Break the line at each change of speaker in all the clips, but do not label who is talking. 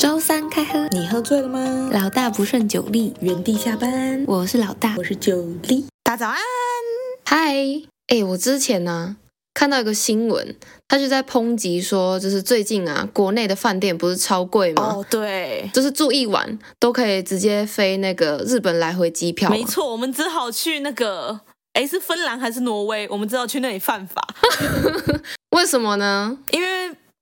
周三开喝，
你喝醉了吗？
老大不顺酒力，
原地下班，
我是老大
我。是九力。
大家早安。
嗨，哎，我之前呢、看到一个新闻，他就在抨击说，就是最近啊，国内的饭店不是超贵吗？
哦，对，
就是住一晚都可以直接飞那个日本来回机票，
没错，我们只好去那个，哎，是芬兰还是挪威？我们只好去那里犯法，
为什么呢？
因为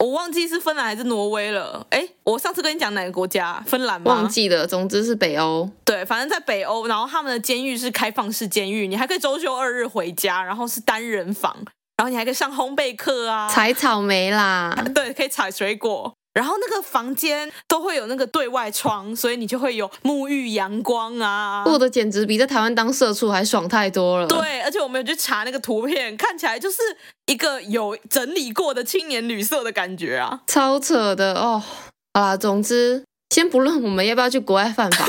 我忘记是芬兰还是挪威了。哎，我上次跟你讲哪个国家？芬兰吗？
忘。记了，总之是北欧。
对，反正在北欧，然后他们的监狱是开放式监狱，你还可以周休二日回家，然后是单人房，然后你还可以上烘焙课啊，
采草莓啦，
对，可以采水果。然后那个房间都会有那个对外窗，所以你就会有沐浴阳光啊。
过得简直比在台湾当社畜还爽太多了。，
对，而且我们有去查那个图片，看起来就是一个有整理过的青年旅社的感觉啊。
超扯的哦。好啦，总之先不论我们要不要去国外犯法，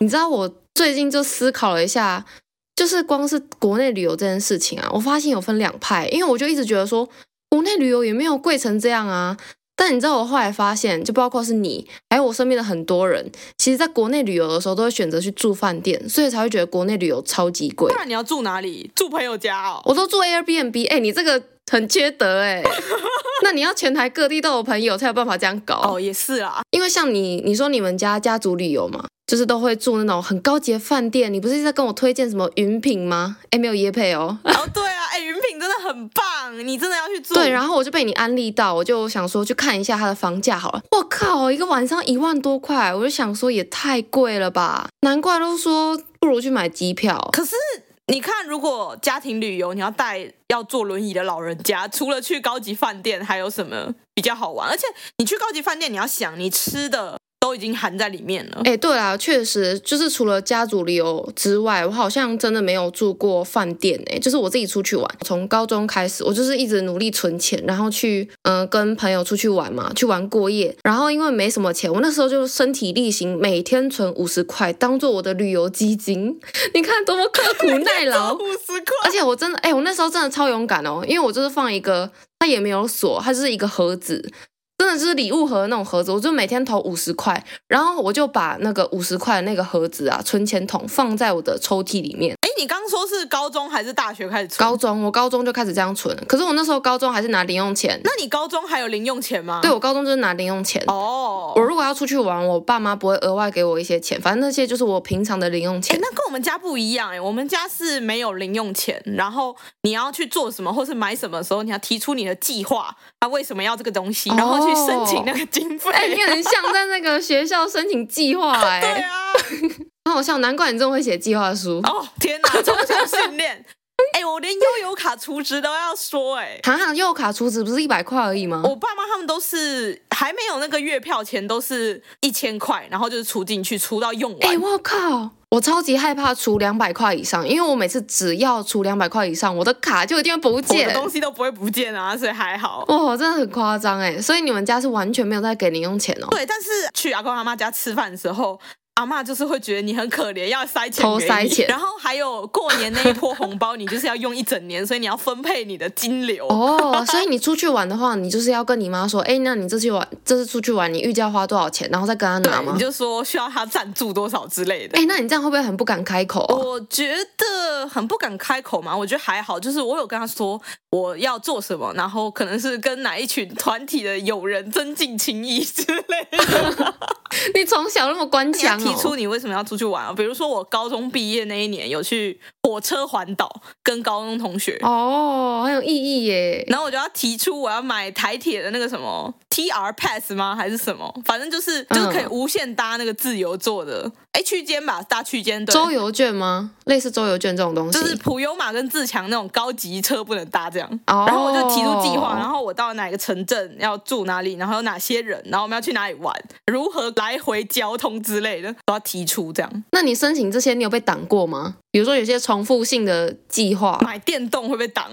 你知道我最近就思考了一下，就是光是国内旅游这件事情啊，我发现有分两派，因为我就一直觉得说国内旅游也没有贵成这样啊。但你知道，我后来发现，就包括是你，还有我身边的很多人，其实在国内旅游的时候都会选择去住饭店，所以才会觉得国内旅游超级贵
不。然你要住哪里？住朋友家哦。
我都住 Airbnb，哎、你这个很缺德哎、 那你要全台各地都有朋友才有办法这样搞
哦，也是啦，
因为像你，你说你们家家族旅游嘛，就是都会住那种很高级的饭店。你不是一直在跟我推荐什么云品吗？哎，没有椰配哦。
哦对啊，哎，云品真的很棒，你真的要去住。
对，然后我就被你安利到，我就想说去看一下它的房价好了。我靠，一个晚上一万多块，我就想说也太贵了吧，难怪都说不如去买机票。
可是你看，如果家庭旅游，你要带要坐轮椅的老人家，除了去高级饭店，还有什么比较好玩？而且你去高级饭店，你要想你吃的都已经含在里面了。
哎，对啊，确实，就是除了家族旅游之外，我好像真的没有住过饭店哎，就是我自己出去玩。从高中开始，我就是一直努力存钱，然后去嗯、呃跟朋友出去玩嘛，去玩过夜。然后因为没什么钱，我那时候就身体力行，每天存五十块当做我的旅游基金。 你看多么刻苦 耐劳，
五十
而
块，
且我真的，哎、我那时候真的超勇敢哦，因为我就是放一个，它也没有锁，它就是一个盒子，真的就是礼物盒那种盒子，我就每天投五十块，然后我就把那个五十块的那个盒子啊，存钱筒放在我的抽屉里面。
哎，你刚说是高中还是大学开始存？
高中，我高中就开始这样存，可是我那时候高中还是拿零用钱，
那你高中还有零用钱吗？
对我高中就是拿零用钱。
哦
我，如果要出去玩，我爸妈不会额外给我一些钱，反正那些就是我平常的零用
哎
钱，。
那跟我们家不一样哎、我们家是没有零用钱，然后你要去做什么或是买什么的时候，你要提出你的计划，啊为什么要这个东西，然后去申请那个经费。
哎、你很像在那个学校申请计划、哎，
对啊，
很好笑，难怪你这么会写计划书。
哦天哪，从小训练，哎、我连悠游卡储值都要说哎、
行行又有卡储值不是一百块而已吗？
我爸妈他们都是还没有那个月票前都是一千块，然后就是储进去，储到用完。
哎、我靠！我超级害怕除两百块以上，因为我每次只要除两百块以上，我的卡就一定会不
我
见
的。东西都不会不见啊，所以还好。
哇，真的很夸张哎！所以你们家是完全没有在给零用钱哦，
对，但是去阿公阿妈家吃饭的时候。阿妈就是会觉得你很可怜，要塞钱
偷
给
塞
你
钱
然后还有过年那一波红包，你就是要用一整年，所以你要分配你的金流。
哦，所以你出去玩的话，你就是要跟你妈说，哎、那你这次玩，这次出去玩，你预计要花多少钱，然后再跟她拿
对，
吗
你？就说需要他赞助多少之类的。
哎、那你这样会不会很不敢开口、啊？
我觉得很不敢开口嘛，我觉得还好，就是我有跟他说我要做什么，然后可能是跟哪一群团体的友人增进情谊之类 的。
你从小那么官
你要
腔
提出
哦，
你为什么要出去玩啊？比如说我高中毕业那一年有去火车环岛，跟高中同学，
哦，很有意义耶。
然后我就要提出我要买台铁的那个什么 TR Pass 吗？还是什么？反正就是就是可以
嗯
无限搭那个自由座的，哎、区间吧，搭区间对。
周游券吗？类似周游券这种东西，
就是普悠玛跟自强那种高级车不能搭这样，
哦
然后我就提出计划， 然后我到哪个城镇要住哪里，然后有哪些人，然后我们要去哪里玩，如何来回交通之类的都要提出这样。，
那你申请这些，你有被挡过吗？比如说有些重复性的计划
买电动会被挡，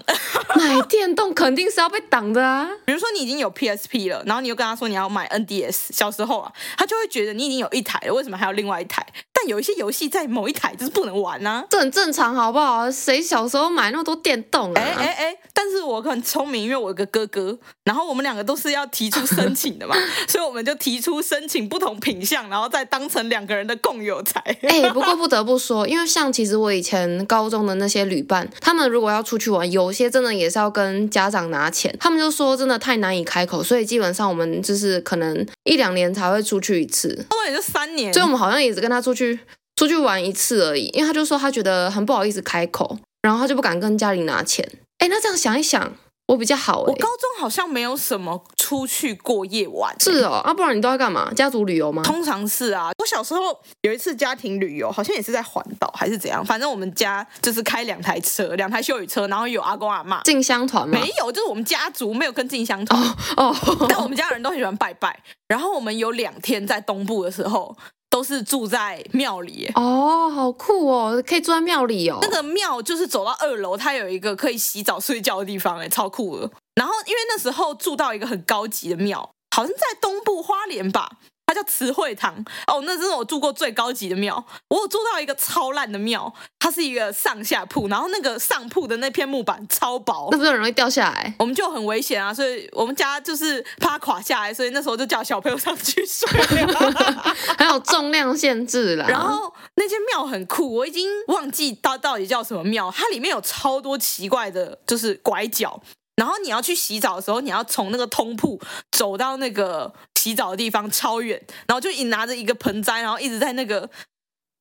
买电动肯定是要被挡的啊。
比如说你已经有 PSP 了，然后你又跟他说你要买 NDS，小时候啊，他就会觉得你已经有一台了，为什么还有另外一台？但但有一些游戏在某一台就是不能玩啊呐、
这很正常，好不好？谁小时候买那么多电动啊？
哎哎哎！但是我很聪明，因为我有个哥哥，然后我们两个都是要提出申请 的嘛，所以我们就提出申请不同品相，然后再当成两个人的共有财。
哎、不过不得不说，因为像其实我以前高中的那些旅伴，他们如果要出去玩，有些真的也是要跟家长拿钱，他们就说真的太难以开口，所以基本上我们就是可能一两年才会出去一次，
后来就三年，
所以我们好像也只跟他出去出去玩一次而已，因为他就说他觉得很不好意思开口，然后他就不敢跟家里拿钱。哎、那这样想一想，我比较好哎、
我高中好像没有什么出去过夜玩、欸
是哦，啊，不然你都要干嘛？家族旅游吗？
通常是啊，我小时候有一次家庭旅游，好像也是在环岛还是怎样，反正我们家就是开两台车，两台修理车，然后有阿公阿妈，
进香团吗
没？有，就是我们家族没有跟进香团，
嗯哦，
但我们家人都很喜欢拜拜。然后我们有两天在东部的时候，都是住在庙里。
哦，好酷哦，可以住在庙里哦。
那个庙就是走到二楼，它有一个可以洗澡睡觉的地方、哎，超酷的。然后因为那时候住到一个很高级的庙，好像在东部花莲吧，它叫慈惠堂。哦，那真是我住过最高级的庙。我有住到一个超烂的庙，它是一个上下铺，然后那个上铺的那片木板超薄
那，不是很容易掉下来？
我们就很危险啊，所以我们家就是怕垮下来，所以那时候就叫小朋友上去睡。啊
还有重量限制啦。
然后那间庙很酷，我已经忘记到到底叫什么庙，它里面有超多奇怪的，就是拐角。然后你要去洗澡的时候，你要从那个通铺走到那个洗澡的地方超远，然后就你拿着一个盆栽，然后一直在那个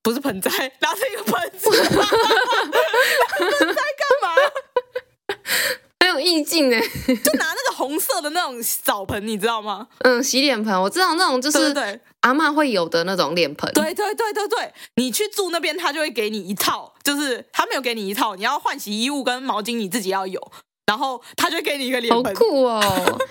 不是盆栽，拿着一个盆 子，拿盆栽 干嘛？
很有意境哎。
就拿那个红色的那种澡盆，你知道吗？
嗯，洗脸盆，我知道那种就
对对
是
对。
阿嬷会有的那种脸盆。
对对对对对，你去住那边，他就会给你一套，就是他没有给你一套，你要换洗衣物跟毛巾，你自己要有，然后他就给你一个脸
好
盆。
酷哦！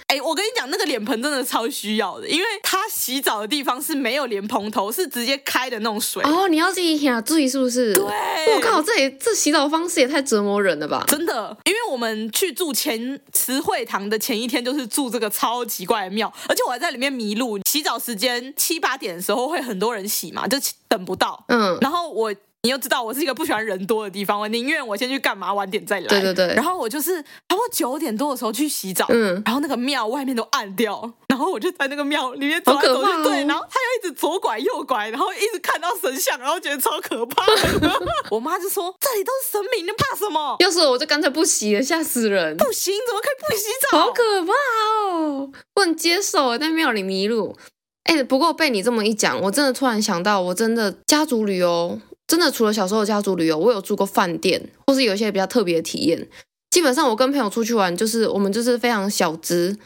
哎、我跟你讲，那个脸盆真的超需要的，因为他洗澡的地方是没有莲蓬头，是直接开的那种水。
哦，你要自己呀，注意是不是？对
对
我靠，这也这洗澡方式也太折磨人了吧！
真的，因为我们去住前慈惠堂的前一天，就是住这个超奇怪的庙，而且我还在里面迷路。洗澡时间七八点的时候会很多人洗嘛，就等不到，
嗯，
然后我，你又知道我是一个不喜欢人多的地方，我宁愿我先去干嘛，晚点再来。
对对对
然后我就是差不多九点多的时候去洗澡，
嗯
然后那个庙外面都暗掉，然后我就在那个庙里面走来
好可
走去，
怕哦
对，然后他又一直左拐右拐，然后一直看到神像，然后觉得超可怕 的。我妈就说：“这里都是神明，你怕什么？
要是我就干脆不洗了，吓死人！
不行，怎么可以不洗澡？”
好可怕哦！不能接受，在庙里迷路。哎、不过被你这么一讲，我真的突然想到，我真的家族旅游，真的除了小时候的家族旅游，我有住过饭店，或是有一些比较特别的体验。基本上我跟朋友出去玩，就是我们就是非常小资、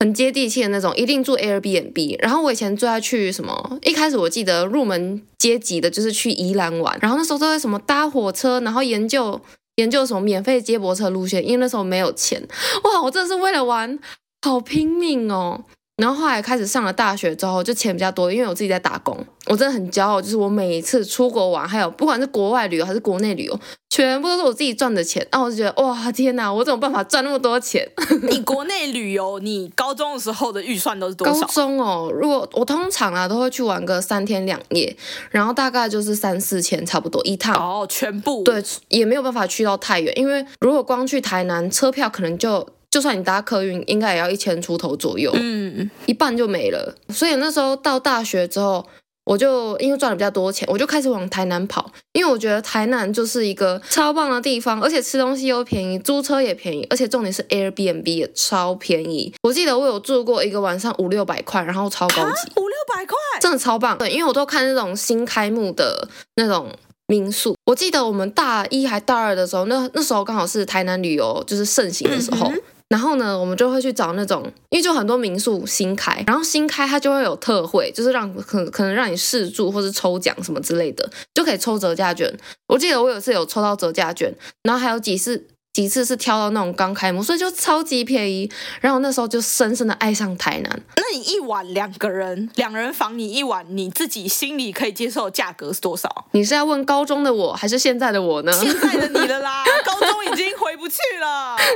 很接地气的那种，一定住 Airbnb。然后我以前最爱去什么，一开始我记得入门阶级的就是去宜兰玩，然后那时候都在什么搭火车，然后研究研究什么免费接驳车路线，因为那时候没有钱。哇，我真的是为了玩好拼命哦。然后后来开始上了大学之后，就钱比较多，因为我自己在打工，我真的很骄傲，就是我每一次出国玩，还有不管是国外旅游还是国内旅游，全部都是我自己赚的钱。然后我就觉得，哇，天哪，我怎么办法赚那么多钱？
你国内旅游，你高中的时候的预算都是 多
高
少？
中哦，如果我通常啊都会去玩个三天两夜，然后大概就是三四千差不多一趟。
哦，全部
对，也没有办法去到太远，因为如果光去台南，车票可能就就算你搭客运，应该也要一千出头左右。
嗯，
一半就没了。所以那时候到大学之后，我就因为赚了比较多钱，我就开始往台南跑，因为我觉得台南就是一个超棒的地方，而且吃东西又便宜，租车也便宜，而且重点是 Airbnb 也超便宜。我记得我有住过一个晚上五六百块，然后超高级，
五六百块，
真的超棒。对，因为我都看那种新开幕的那种。民宿，我记得我们大一还大二的时候，那那时候刚好是台南旅游就是盛行的时候，
嗯
然后呢，我们就会去找那种，因为就很多民宿新开，然后新开它就会有特惠，就是让可可能让你试住或是抽奖什么之类的，就可以抽折价券。我记得我有一次有抽到折价券，然后还有几次几次是挑到那种刚开幕，所以就超级便宜。然后那时候就深深的爱上台南，
那你一晚两个人，两人房你一晚，你自己心里可以接受的价格是多少？
你是要问高中的我还是现在的我呢？
现在的你了 啦，高中已经回不去了。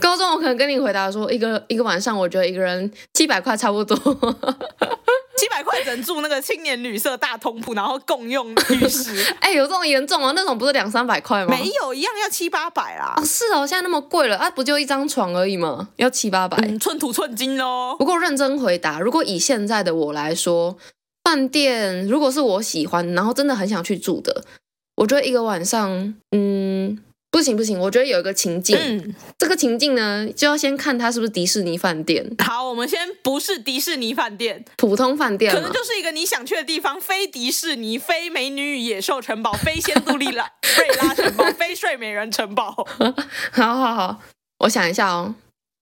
高中我可能跟你回答说，一个一个晚上我觉得一个人七百块差不多，
七百块整住那个青年旅社大通铺，然后共用浴 室，
哎、有这种严重啊？那种不是两三百块吗？
没有一样要七八百啦
啊，，是哦，现在那么贵了，啊，不就一张床而已吗？要七八百。
嗯，寸土寸金喽。
不过认真回答，如果以现在的我来说，饭店如果是我喜欢，然后真的很想去住的，我觉得一个晚上，嗯，不行不行，我觉得有一个情境，
嗯，
这个情境呢，就要先看它是不是迪士尼饭店，
好，我们先不是迪士尼饭店，
普通饭店
可
嘛
能就是一个你想去的地方，非迪士尼，非美女与野兽城堡，非仙杜丽 拉瑞拉城堡，非睡美人城堡。
好好好，我想一下哦。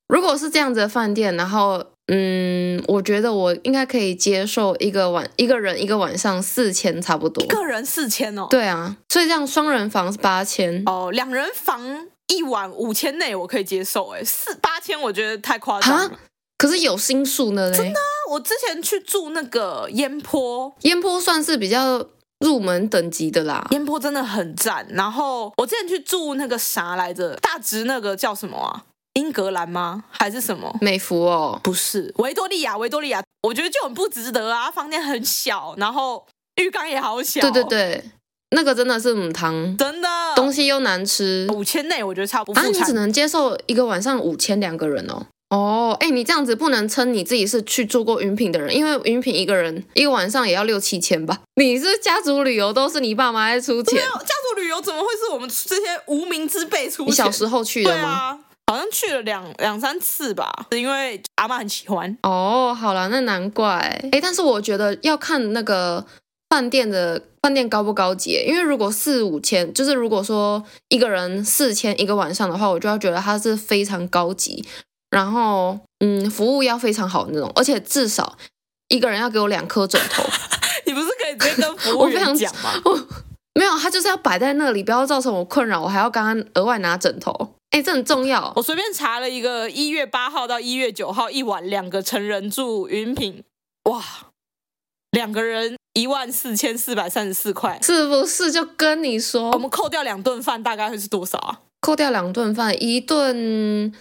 如果是这样子的饭店，然后嗯，我觉得我应该可以接受一个晚一个人一个晚上四千差不多。
个人四千哦，
对啊，所以这样双人房是八千。
哦，两人房一晚五千内我可以接受，哎，四八千我觉得太夸张
啊
了。！
可是有星宿呢嘞，真的、
那我之前去住那个烟坡，
烟波算是比较入门等级的啦。
烟坡真的很赞。然后我之前去住那个啥来着，大直那个叫什么啊？英格兰吗？还是什么？
美服哦，
不是维多利亚，维多利亚，我觉得就很不值得啊。房间很小，然后浴缸也好小，
对对，对，那个真的是母汤，
真的
东西又难吃
五千内我觉得差不多。
啊！
妇
你只
产
能接受一个晚上五千两个人哦。哦，哎，你这样子不能称你自己是去住过云品的人，因为云品一个人一个晚上也要六七千吧。你是家族旅游都是你爸妈在出钱，
没有家族旅游怎么会是我们这些无名之辈出
你
钱？
小时候去
对
的吗？
啊，好像去了两两三次吧，是因为阿妈很喜欢。
哦，好啦，那难怪。哎，但是我觉得要看那个饭店的饭店高不高级耶，因为如果四五千，就是如果说一个人四千一个晚上的话，我就要觉得它是非常高级，然后嗯，服务要非常好那种，而且至少一个人要给我两颗枕头。
你不是可以直接跟服
我
务
非 常
员讲吗？
我没有，他就是要摆在那里，不要造成我困扰，我还要刚刚额外拿枕头。哎，这很重要
我。随便查了一个，一月八号到一月九号一晚两个成人住云品，哇，两个人一万四千四百三十四块，
是不是就跟你说，
我们扣掉两顿饭大概会是多少啊？
扣掉两顿饭，一顿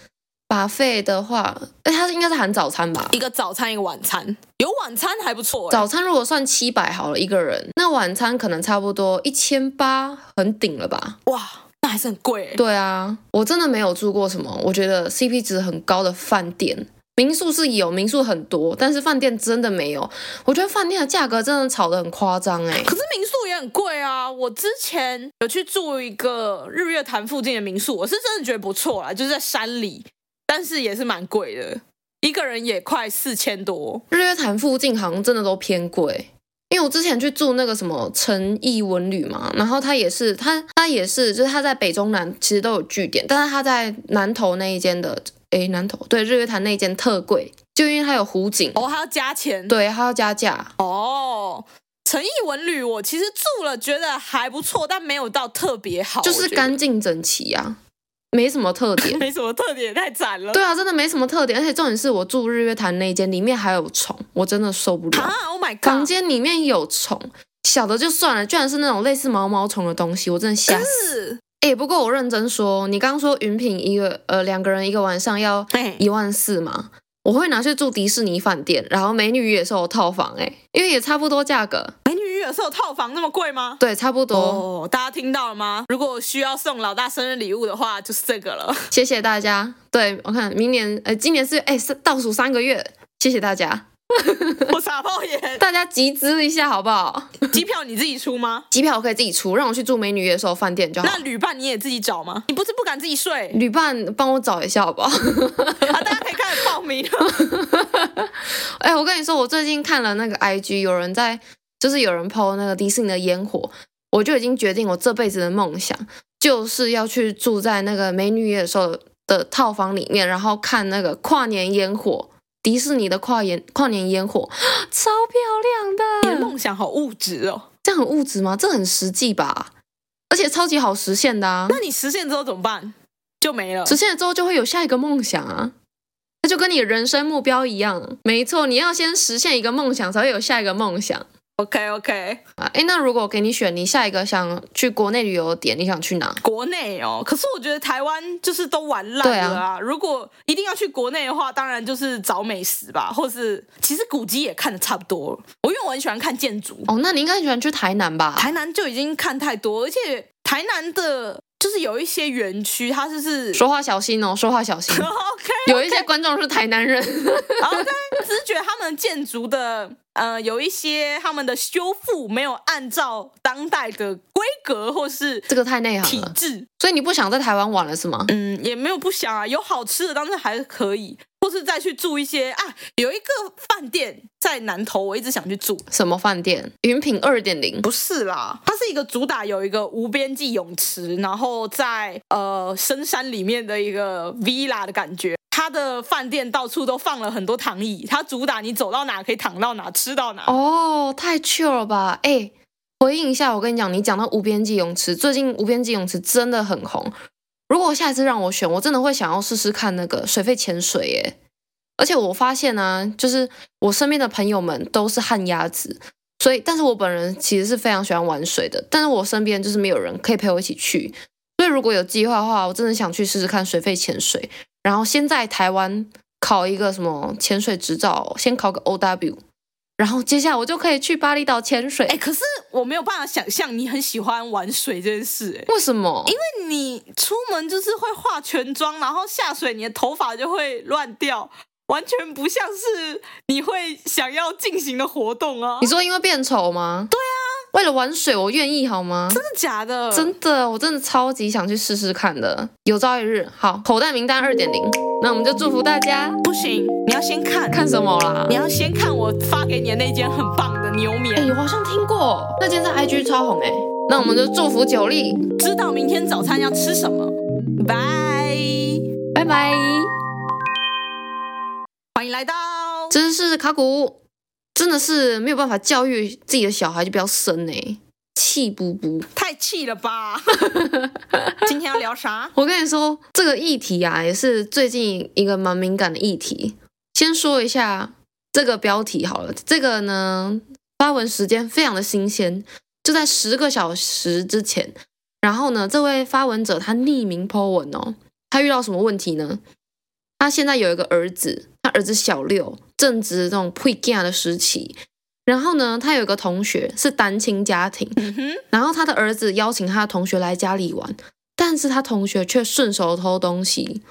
把费的话，哎，它是应该是含早餐吧？
一个早餐一个晚餐，有晚餐还不错、欸，
早餐如果算七百好了，一个人，那晚餐可能差不多一千八，很顶了吧？
哇，那还是很贵、欸。
对啊，我真的没有住过什么，我觉得 CP 值很高的饭店。民宿是有，民宿很多，但是饭店真的没有。我觉得饭店的价格真的炒得很夸张哎、
可是民宿也很贵啊！我之前有去住一个日月潭附近的民宿，我是真的觉得不错啦，就是在山里，但是也是蛮贵的，一个人也快四千多。
日月潭附近好像真的都偏贵，因为我之前去住那个什么诚毅文旅嘛，然后它也是，它它也是，就是它在北中南其实都有据点，但是它在南投那一间的，诶，南投对日月潭那一间特贵，就因为它有湖景，
哦，还要加钱。
对，它要加价。
哦，诚毅文旅我其实住了，觉得还不错，但没有到特别好，
就
哦我
是
觉得
干净整齐啊，没什么特 点。
没什么特点，太惨了。
对啊，真的没什么特点，而且重点是我住日月潭那一间，里面还有虫，我真的受不了。
啊，Oh my god！
房间里面有虫，小的就算了，居然是那种类似毛毛虫的东西，我真的吓死。
是
哎、不过我认真说，哦你刚刚说云品一个呃两个人一个晚上要
哎
一万四嘛，我会拿去住迪士尼饭店，然后美女与野兽套房、欸，因为也差不多价格，
美女与野兽套房那么贵吗？
对，差不多。
哦，大家听到了吗？如果需要送老大生日礼物的话，就是这个了。
谢谢大家。对我看明年呃今年四月哎、是倒数三个月，谢谢大家，
我傻爆眼，
大家集资一下好不好？
机票你自己出吗？
机票我可以自己出，让我去住美女与野兽饭店就好
那。旅伴你也自己找吗？你不是不敢自己睡
旅伴帮我找一下好不好？
啊？大家可以开始报名了。
哎、我跟你说，我最近看了那个 IG，有人在，就是有人 PO 那个迪士尼的烟火，我就已经决定我这辈子的梦想就是要去住在那个美女与野兽的套房里面，然后看那个跨年烟火，迪士尼的跨年跨年烟火， 超漂
你的
亮的。
梦想好物质哦。
这样很物质吗？这很实际吧，而且超级好实现的啊！
那你实现之后怎么办？就没了。
实现了之后就会有下一个梦想啊。那就跟你人生目标一样，没错，你要先实现一个梦想，才会有下一个梦想。
OK OK，
啊。哎，那如果给你选，你下一个想去国内旅游的点，你想去哪？
国内哦，可是我觉得台湾就是都玩烂
对
了
啊
如果一定要去国内的话，当然就是找美食吧，或是其实古迹也看的差不多了。我因为我很喜欢看建筑，
哦，那你应该很喜欢去台南吧？
台南就已经看太多，而且台南的就是有一些园区，它就是。
说话小心哦，说话小心
OK
有一些观众是台南人，
OK，只是觉得他们建筑的呃有一些他们的修复没有按照当代的规格或是
这个太内行
体
了。
制，
所以你不想在台湾玩了是吗？
嗯，也没有不想啊，有好吃的当然还可以，或是再去住一些啊，有一个饭店在南投，我一直想去住，
什么饭店？云品二点零
不是啦，它是一个主打有一个无边际泳池，然后在呃深山里面的一个 villa 的感觉。它的饭店到处都放了很多躺椅，它主打你走到哪可以躺到哪，吃到哪。
哦，太 chill 了吧？哎，回应一下，我跟你讲，你讲到无边际泳池，最近无边际泳池真的很红。如果下一次让我选，我真的会想要试试看那个水肺潜水耶。而且我发现呢、就是我身边的朋友们都是旱鸭子，所以，但是我本人其实是非常喜欢玩水的，但是我身边就是没有人可以陪我一起去。所以如果有计划的话，我真的想去试试看水肺潜水，然后先在台湾考一个什么潜水执照，先考个 OW，然后接下来我就可以去巴厘岛潜水。
哎、可是我没有办法想象你很喜欢玩水这件事、哎，
为什么？
因为你出门就是会化全妆，然后下水你的头发就会乱掉，完全不像是你会想要进行的活动啊！
你说因为变丑吗？对啊，为了玩水我愿意好吗？
真的假的？
真的，我真的超级想去试试看的，有朝一日。好，口袋名单二点零，那我们就祝福大家。
不行，你要先看，
看什么啦
你？要先看我发给你的那件很棒的牛
哎、
棉，
我好像听过，那件在 IG 超红哎、那我们就祝福九力，
知道明天早餐要吃什么。拜，
拜拜。
欢迎来到。
真是卡古，真的是没有办法教育自己的小孩就不要生哎、气不不。
太气了 吧！今天要聊啥？
我跟你说，这个议题啊，也是最近一个蛮敏感的议题。先说一下这个标题好了，这个呢发文时间非常的新鲜，就在十个小时之前。然后呢，这位发文者他匿名 po 文哦，他遇到什么问题呢？他现在有一个儿子，他儿子小六，正值这种 p r e g a 的时期。然后呢，他有一个同学是单亲家庭，
嗯哼，
然后他的儿子邀请他的同学来家里玩，但是他同学却顺手偷东西，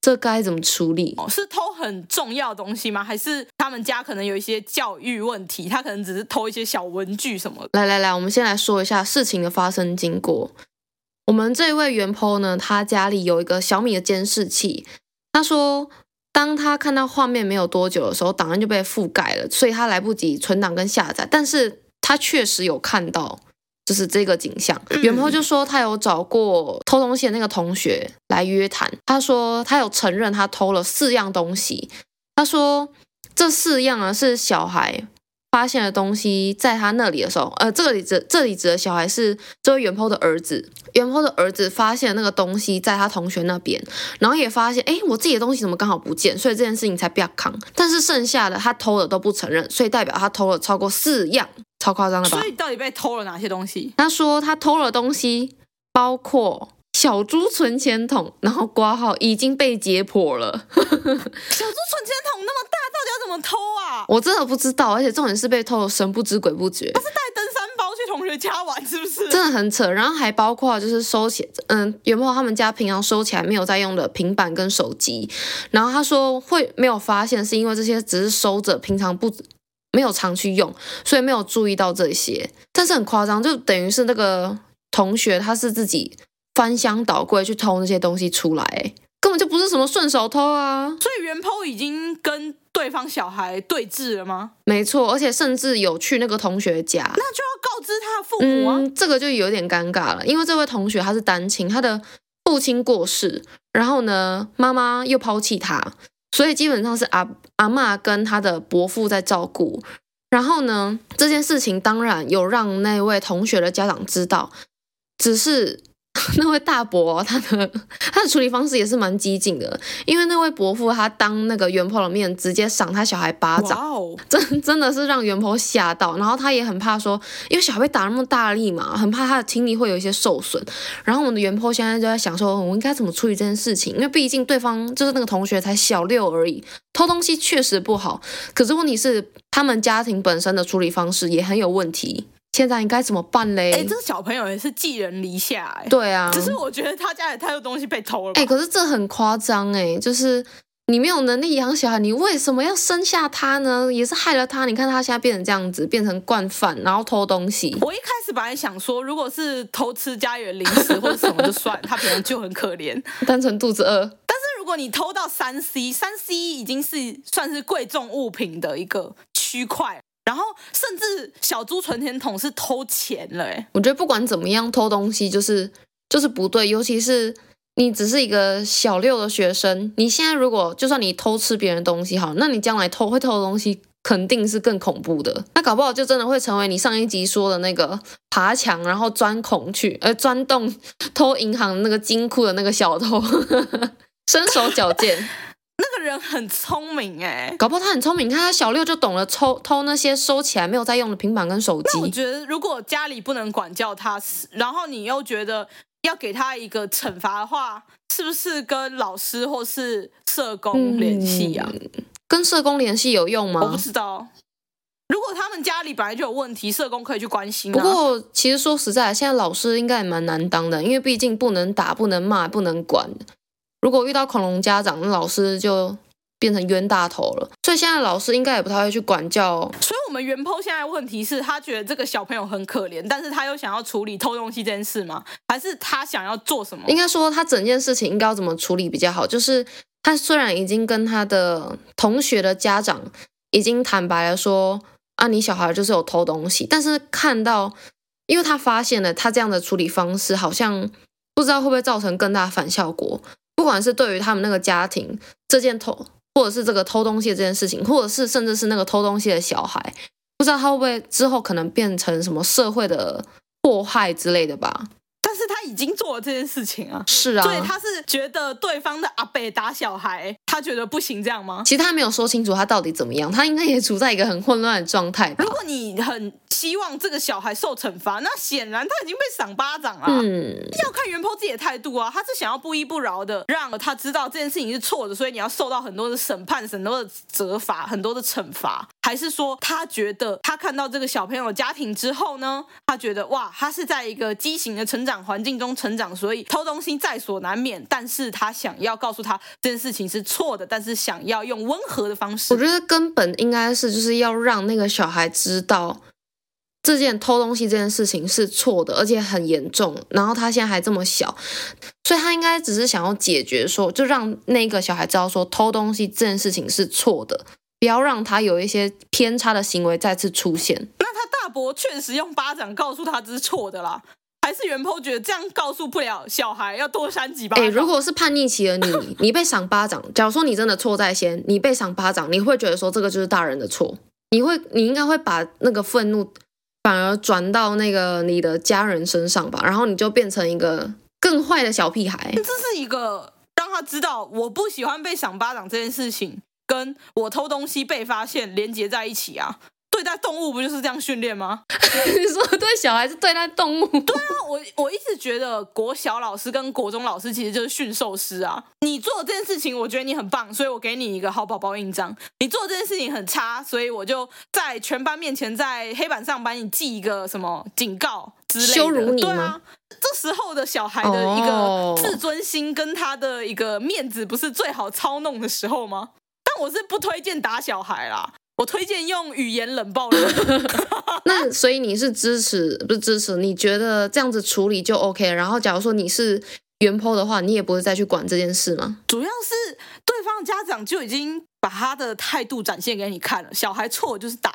这该怎么处理？
哦，是偷很重要的东西吗？还是他们家可能有一些教育问题，他可能只是偷一些小文具什么的？
来来来，我们先来说一下事情的发生经过。我们这位原 po 呢，他家里有一个小米的监视器。他说，当他看到画面没有多久的时候，档案就被覆盖了，所以他来不及存档跟下载。但是他确实有看到，就是这个景象。原 po 就说他有找过偷东西的那个同学来约谈。他说他有承认他偷了四样东西。他说这四样啊是小孩发现的东西在他那里的时候，呃，这里指这里指的小孩是这位元坡的儿子，元坡的儿子发现那个东西在他同学那边，然后也发现，哎，我自己的东西怎么刚好不见，所以这件事情才不要扛。但是剩下的他偷的都不承认，所以代表他偷了超过四样，超夸张了吧
所？以到底被偷了哪些东西？
他说他偷了东西，包括小猪存钱筒，然后挂号已经被解剖了。
小猪存钱筒那么大，到底要怎么偷啊？
我真的不知道，而且重点是被偷的神不知鬼不觉。
带登山包去同学家玩是不 是？
真的很扯。然后还包括就是收起，嗯，元茂他们家平常收起来没有在用的平板跟手机，然后他说会没有发现，是因为这些只是收着，平常不没有常去用，所以没有注意到这些。但是很夸张，就等于是那个同学他是自己翻箱倒柜去偷那些东西出来、欸根本就不是什么顺手偷啊。
所以原 PO 已经跟对方小孩对峙了吗？
没错，而且甚至有去那个同学家。
那就要告知他的父母啊。
嗯，这个就有点尴尬了，因为这位同学他是单亲，他的父亲过世，然后呢，妈妈又抛弃他，所以基本上是阿阿嬷跟他的伯父在照顾。然后呢，这件事情当然有让那位同学的家长知道，只是 那位大伯哦、他的他的处理方式也是蛮激进的，因为那位伯父他当那个袁婆的面直接赏他小孩巴掌
哇，哦，
真真的是让袁婆吓到，然后他也很怕说，因为小孩被打那么大力嘛，很怕他的听力会有一些受损。然后我们的袁婆现在就在想说，我应该怎么处理这件事情？因为毕竟对方就是那个同学才小六而已，偷东西确实不好，可是问题是他们家庭本身的处理方式也很有问题。现在应该怎么办嘞？
哎、这个小朋友也是寄人篱下、哎，
对啊，
只是我觉得他家里太多东西被偷了吧。
哎、可是这很夸张哎，就是你没有能力养小孩，你为什么要生下他呢？也是害了他。你看他现在变成这样子，变成惯犯，然后偷东西。
我一开始本来想说，如果是偷吃家里的零食或者什么就算，他平常就很可怜。 但
单纯肚子饿，
是如果你偷到三 C，三 C 已经是算是贵重物品的一个区块，然后甚至小猪存钱筒是偷钱了、哎，
我觉得不管怎么样，偷东西就是就是不对，尤其是。你只是一个小六的学生，你现在如果就算你偷吃别人的东西好，那你将来偷会偷的东西肯定是更恐怖的。那搞不好就真的会成为你上一集说的那个爬墙然后钻孔去，呃，钻洞偷银行那个金库的那个小偷， 身手矫健。
那个人很聪明、哎。
搞不好他很聪明，你看他小六就懂了偷偷那些收起来没有在用的平板跟手
我
机。
觉得如果家里不能管教他，是然后你又觉得要给他一个惩罚的话，是不是跟老师或是社工联系啊？
跟社工联系有用吗？
我不知道。如果他们家里本来就有问题，社工可以去关心、啊。
不过，其实说实在，现在老师应该也蛮难当的，因为毕竟不能打、不能骂、不能管。如果遇到恐龙家长，那老师就变成冤大头了。所以现在老师应该也不太会去管教、
所以我们原 po 现在问题是他觉得这个小朋友很可怜，但是他又想要处理偷东西这件事吗？还是他想要做什么？
应该说，他整件事情应该要怎么处理比较好？就是他虽然已经跟他的同学的家长已经坦白了说，啊，你小孩就是有偷东西，但是看到，因为他发现了他这样的处理方式，好像不知道会不会造成更大的反效果，不管是对于他们那个家庭这件偷，或者是这个偷东西的这件事情，或者是甚至是那个偷东西的小孩，不知道他会不会之后可能变成什么社会的祸害之类的吧？
但是他已经做了这件事情啊，
是啊，
所以他是觉得对方的阿北打小孩，他觉得不行这样吗？
其实他没有说清楚他到底怎么样，他应该也处在一个很混乱的状态吧
如。果你很希望这个小孩受惩罚，那显然他已经被赏巴掌啊了。
嗯，
要看袁坡自己的态度啊，他是想要不依不饶的让他知道这件事情是错的，所以你要受到很多的审判、很多的责罚、很多的惩罚，还是说他觉得他看到这个小朋友的家庭之后呢，他觉得哇，他是在一个畸形的成长环境中成长，所以偷东西在所难免，但是他想要告诉他这件事情是错的，但是想要用温和的方式
我觉得根本应该是就是要让那个小孩知道这件偷东西这件事情是错的，而且很严重。然后他现在还这么小，所以他应该只是想要解决说，就让那个小孩知道说偷东西这件事情是错的，不要让他有一些偏差的行为再次出现。
那他大伯确实用巴掌告诉他这是错的啦，还是袁坡觉得这样告诉不了小孩，要多扇几巴
哎、
掌？
如果是叛逆期的 你，你被赏巴掌，假如说你真的错在先，你被赏巴掌，你会觉得说这个就是大人的错，你会，你应该会把那个愤怒反而转到那个你的家人身上吧，然后你就变成一个更坏的小 屁孩。
这是一个让他知道我不喜欢被赏巴掌这件事情，跟我偷东西被发现连结在一起啊。对待动物不就是这样训练吗？
你说对小孩是对待动物， 对，
那我我一直觉得国小老师跟国中老师其实就是驯兽师啊。你做这件事情，我觉得你很棒，所以我给你一个好宝宝印章。你做这件事情很差，所以我就在全班面前，在黑板上把你记一个什么警告之类的，
羞辱你
对啊
吗，
这时候的小孩的一个
哦
自尊心跟他的一个面子，不是最好操弄的时候吗？但我是不推荐打小孩啦。我推荐用语言冷 暴力，
那所以你是支持不是支持？你觉得这样子处理就 OK？然后假如说你是原 po 的话，你也不会再去管这件事吗？
主要是对方的家长就已经把他的态度展现给你看了，小孩错就是打，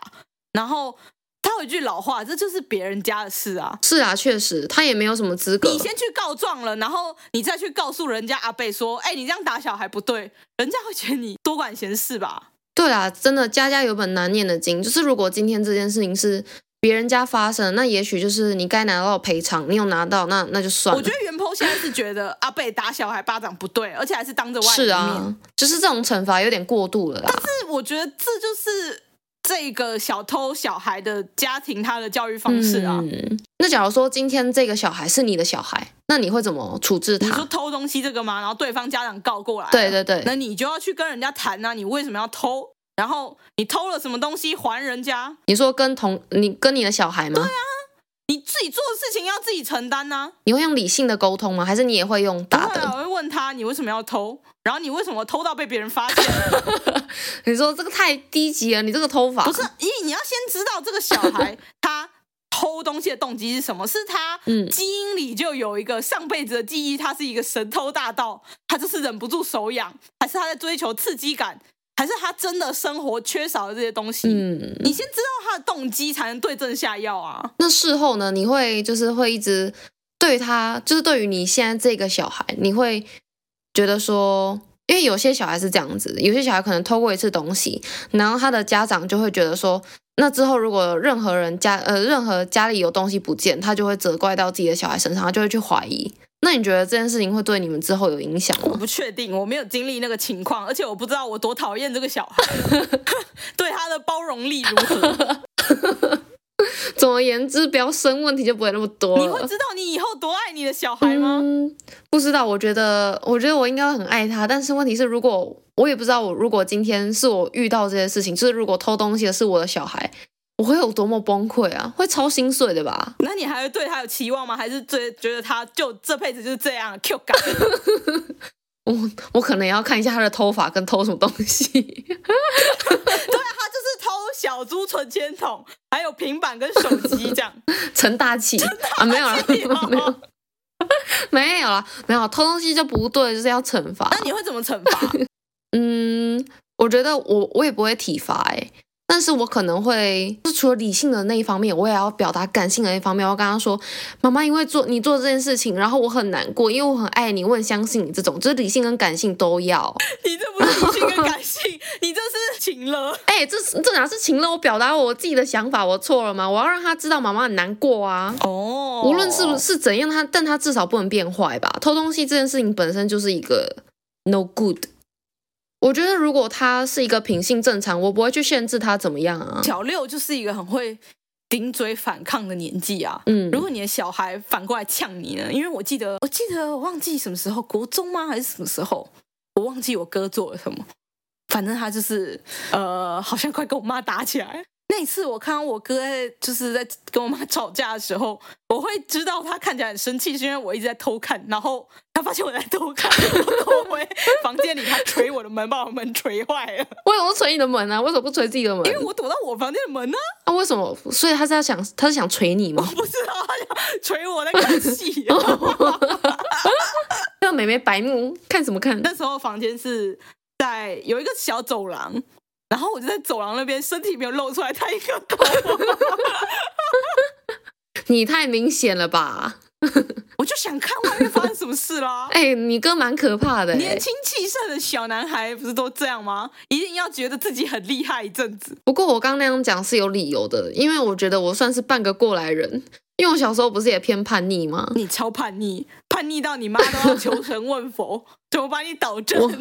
然后他有一句老话，这就是别人家的事啊。
是啊，确实他也没有什么资格。
你先去告状了，然后你再去告诉人家阿贝说：“哎、你这样打小孩不对。”人家会觉得你多管闲事吧？
对啦，真的家家有本难念的经，就是如果今天这件事情是别人家发生，那也许就是你该拿到的赔偿，你有拿到，那那就算
我
了
觉。得袁鹏现在是觉得阿贝打小孩巴掌不对，而且还是当着外人
是
面。
啊，就是这种惩罚有点过度了啦。
但是我觉得这就是这个小偷小孩的家庭他的教育方式啊。
嗯，那假如说今天这个小孩是你的小孩，那你会怎么处置
你说
他？
偷东西这个吗？然后对方家长告过来，啊
对对对
那你就要去跟人家谈啊，你为什么要偷？然后你偷了什么东西还人家？
你说跟同你跟你的小孩吗？
啊你自己做的事情要自己承担呐、
你会用理性的沟通吗？还是你也会用打
不会啊
的？
我会问他你为什么要偷，然后你为什么偷到被别人发现？
你说这个太低级了，你这个偷法
不是，因为你要先知道这个小孩他偷东西的动机是什么，是他
嗯
基因里就有一个上辈子的记忆，他是一个神偷大盗，他就是忍不住手痒，还是他在追求刺激感，还是他真的生活缺少了这些东西？
嗯，
你先知道他的动机，才能对症下药啊。
那事后呢？你会就是会一直对他，就是对于你现在这个小孩，你会觉得说，因为有些小孩是这样子，有些小孩可能偷过一次东西，然后他的家长就会觉得说，那之后如果任何人家呃任何家里有东西不见，他就会责怪到自己的小孩身上，他就会去怀疑。那你觉得这件事情会对你们之后有影响
我
吗？
不确定，我没有经历那个情况，而且我不知道我多讨厌这个小孩， 对他的包容力如何。
总而言之，不要生问题就不会那么多了。
你会知道你以后多爱你的小孩吗？
嗯？不知道，我觉得，我觉得我应该很爱他，但是问题是，如果我也不知道，我如果今天是我遇到这些事情，就是如果偷东西的是我的小孩，我会有多么崩溃啊，会超心碎的吧？
那你还会对他有期望吗？还是最觉得他就这辈子就是这样 Q 感？ 啊
我我可能也要看一下他的偷法跟偷什么东西。
他就是偷小猪存钱筒，还有平板跟手机这样。
成大器啊， 没有啦，
哦
没有没有没有啦，没有偷东西就不对，就是要惩罚。
那你会怎么惩罚？
嗯，我觉得我我也不会体罚哎、但是我可能会，就除了理性的那一方面，我也要表达感性的那一方面。我要跟他说，妈妈，因为做你做这件事情，然后我很难过，因为我很爱你，我很相信你。这种就是理性跟感性都要。
你这不是理性跟感性，你这是情了。
哎、这是这哪是情了？我表达我自己的想法，我错了吗？我要让他知道妈妈很难过啊。
哦
无论是不是怎样，他但他至少不能变坏吧？偷东西这件事情本身就是一个 no good。我觉得如果他是一个品性正常，我不会去限制他怎么样啊。
小六，就是一个很会顶嘴反抗的年纪啊。
嗯
如，果你的小孩反过来呛你呢？因为我记得，我记得我忘记什么时候，国中吗？还是什么时候？我忘记我哥做了什么。反正他就是呃，好像快跟我妈打起来。那一次我看到我哥在就是在跟我妈吵架的时候， 我会知道他看起来很生气，是因为我一直在偷看，然后他发现我在偷看， 我躲回房间里，他捶我的门，把我门捶坏了，
为什么不捶你的门啊？为什么不捶自己的门
因为？我躲到我房间的门呢、
啊，为什么？所以他是要想，他是想捶你吗？
不知道他想捶我在看戏、啊。
那美眉白目，看什么看？
那时候房间是在有一个小走廊，然后我就在走廊那边，身体没有露出来，探一个头。
你太明显了吧？
我就想看外面发生什么事 啦。
哎、你哥蛮可怕的、哎
年轻气盛的小男孩不是都这样吗？一定要觉得自己很厉害一阵子。
不过我刚那样讲是有理由的，因为我觉得我算是半个过来人，因为我小时候不是也偏叛逆吗？
你超叛逆，叛逆到你妈都要求神问佛，怎么把你导正？
我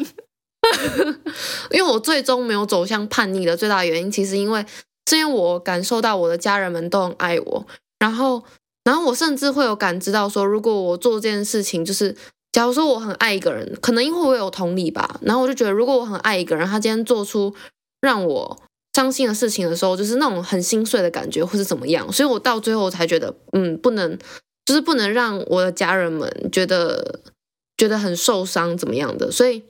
因为我最终没有走向叛逆的最大原因，其实因为是因为我感受到我的家人们都很爱我，然后，然后我甚至会有感知到说，如果我做这件事情，就是假如说我很爱一个人，可能因为我有同理吧，然后我就觉得，如果我很爱一个人，他今天做出让我伤心的事情的时候，就是那种很心碎的感觉，或是怎么样，所以我到最后才觉得，嗯，不能，就是不能让我的家人们觉得觉得很受伤怎么样的，所以。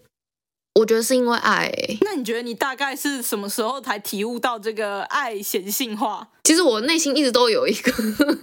我觉得是因为爱欸、
那你觉得你大概是什么时候才体悟到这个爱显性化？
其实我内心一直都有一个，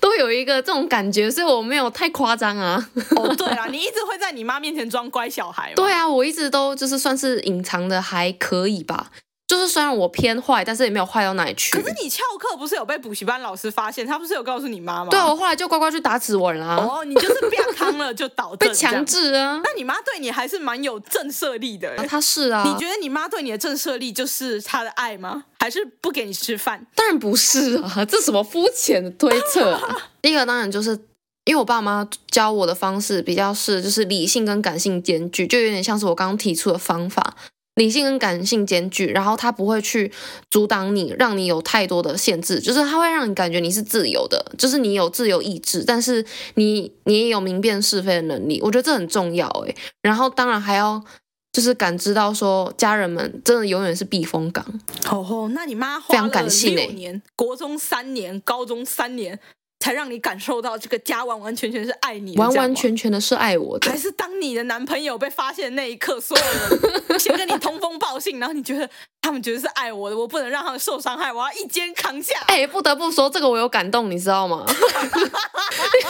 都有一个这种感觉，所以我没有太夸张 啊。
哦，对啦，你一直会在你妈面前装乖小孩嘛。
对啊，我一直都就是算是隐藏的还可以吧，就是虽然我偏坏，但是也没有坏到哪里去
可。是你翘课不是有被补习班老师发现？他不是有告诉你妈吗？
对啊，我后来就乖乖去打指纹啦、
哦，你就是被康了就倒正
被强。
这样
制啊。
那你妈对你还是蛮有震慑力的、欸。
他是啊，
你觉得你妈对你的震慑力就是她的爱吗？还是不给你吃饭？
当然不是啊，这什么肤浅的推测啊！第一个当然就是因为我爸妈教我的方式比较是就是理性跟感性兼具，就有点像是我刚刚提出的方法，理性跟感性兼具，然后他不会去阻挡你，让你有太多的限制，就是他会让你感觉你是自由的，就是你有自由意志，但是你你也有明辨是非的能力，我觉得这很重要诶。然后当然还要就是感知到说家人们真的永远是避风港，
哦吼，那你妈
非
花
常
了
感性
六
欸
年，国中三年，高中三年，才让你感受到这个家完完全全是爱你的
完
家
完
吗
全全的是爱我的
还。是当你的男朋友被发现的那一刻，所有人先跟你通风报信，然后你觉得他们觉得是爱我的，我不能让他们受伤害，我要一肩扛下。
哎、不得不说，这个我有感动，你知道吗？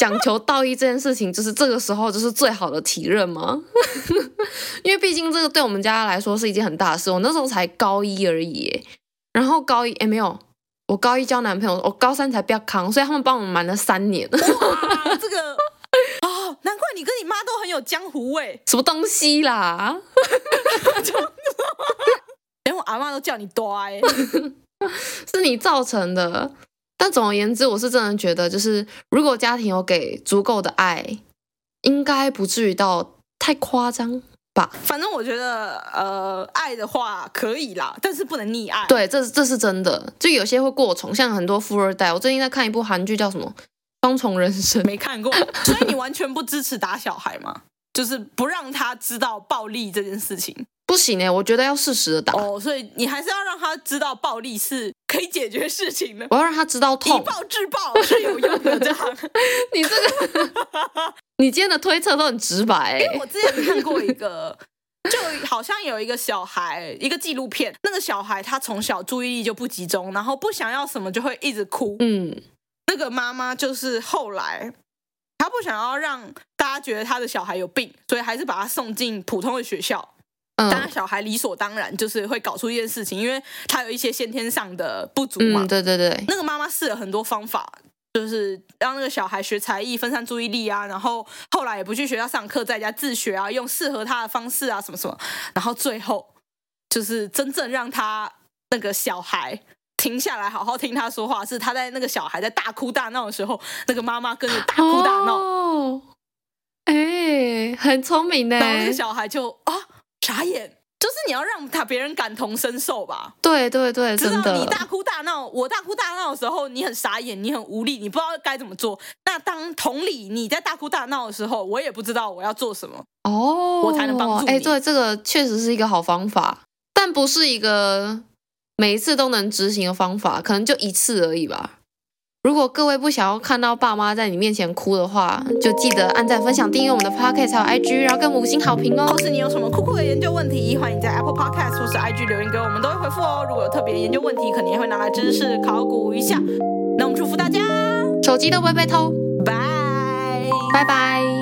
讲求道义这件事情，就是这个时候就是最好的体认吗？ 因为毕竟这个对我们家来说是一件很大的事。我那时候才高一而已耶，然后高一哎没有，我高一交男朋友，我高三才不要扛，所以他们帮我瞒了三年，
哇，这个哦，难怪你跟你妈都很有江湖味，
什么东西啦？
连我阿妈都叫你呆、欸。
是你造成的。但总而言之，我是真的觉得，就是如果家庭有给足够的爱，应该不至于到太夸张吧？
反正我觉得，呃，爱的话可以啦，但是不能溺爱。，
对，这这是真的。就有些会过宠，像很多富二代。我最近在看一部韩剧，叫什么《双重人生》。
没看过，所以你完全不支持打小孩吗？就是不让他知道暴力这件事情
不行哎、我觉得要适时的打，
哦，所以你还是要让他知道暴力是可以解决事情的。
我要让他知道
以
痛。
暴制暴是有用的，这 样。
你这个， 你今天的推测都很直白、
因为
欸。
哎我之前看过一个，就好像有一个小孩，一个纪录片，那个小孩他从小注意力就不集中，然后不想要什么就会一直哭。
嗯，
那个妈妈就是后来，她不想要让大家觉得她的小孩有病，所以还是把他送进普通的学校。当然，
嗯
小孩理所当然就是会搞出一件事情，因为他有一些先天上的不足嘛。
嗯，对对对，
那个妈妈试了很多方法，就是让那个小孩学才艺、分散注意力啊，然后后来也不去学校上课，在家自学啊，用适合他的方式啊，什么什么，然后最后就是真正让他那个小孩。停下来，好好听他说话。是他在那个小孩在大哭大闹的时候，那个妈妈跟着大哭大闹，
哦，哎、很聪明欸呢、
然后那个小孩就啊傻眼。就是你要让他别人感同身受吧，
对对对，
知
真
道你
的。
大哭大闹，我大哭大闹的时候，你很傻眼，你很无力，你不知道该怎么做。那当同理，你在大哭大闹的时候，我也不知道我要做什么。
哦，
我才能帮助
哎，
你
对，这个确实是一个好方法，但不是一个每一次都能执行的方法，可能就一次而已吧。如果各位不想要看到爸妈在你面前哭的话，就记得按赞、分享、订阅我们的 podcast 还有 IG，然后跟我们五星好评哦
或。是你有什么酷酷的研究问题，欢迎在 Apple Podcast 或是 IG 留言给我们，都会回复哦。如果有特别的研究问题，肯定也会拿来知识考古一下。那我们祝福大家，
手机都不会被偷，
拜。
拜拜。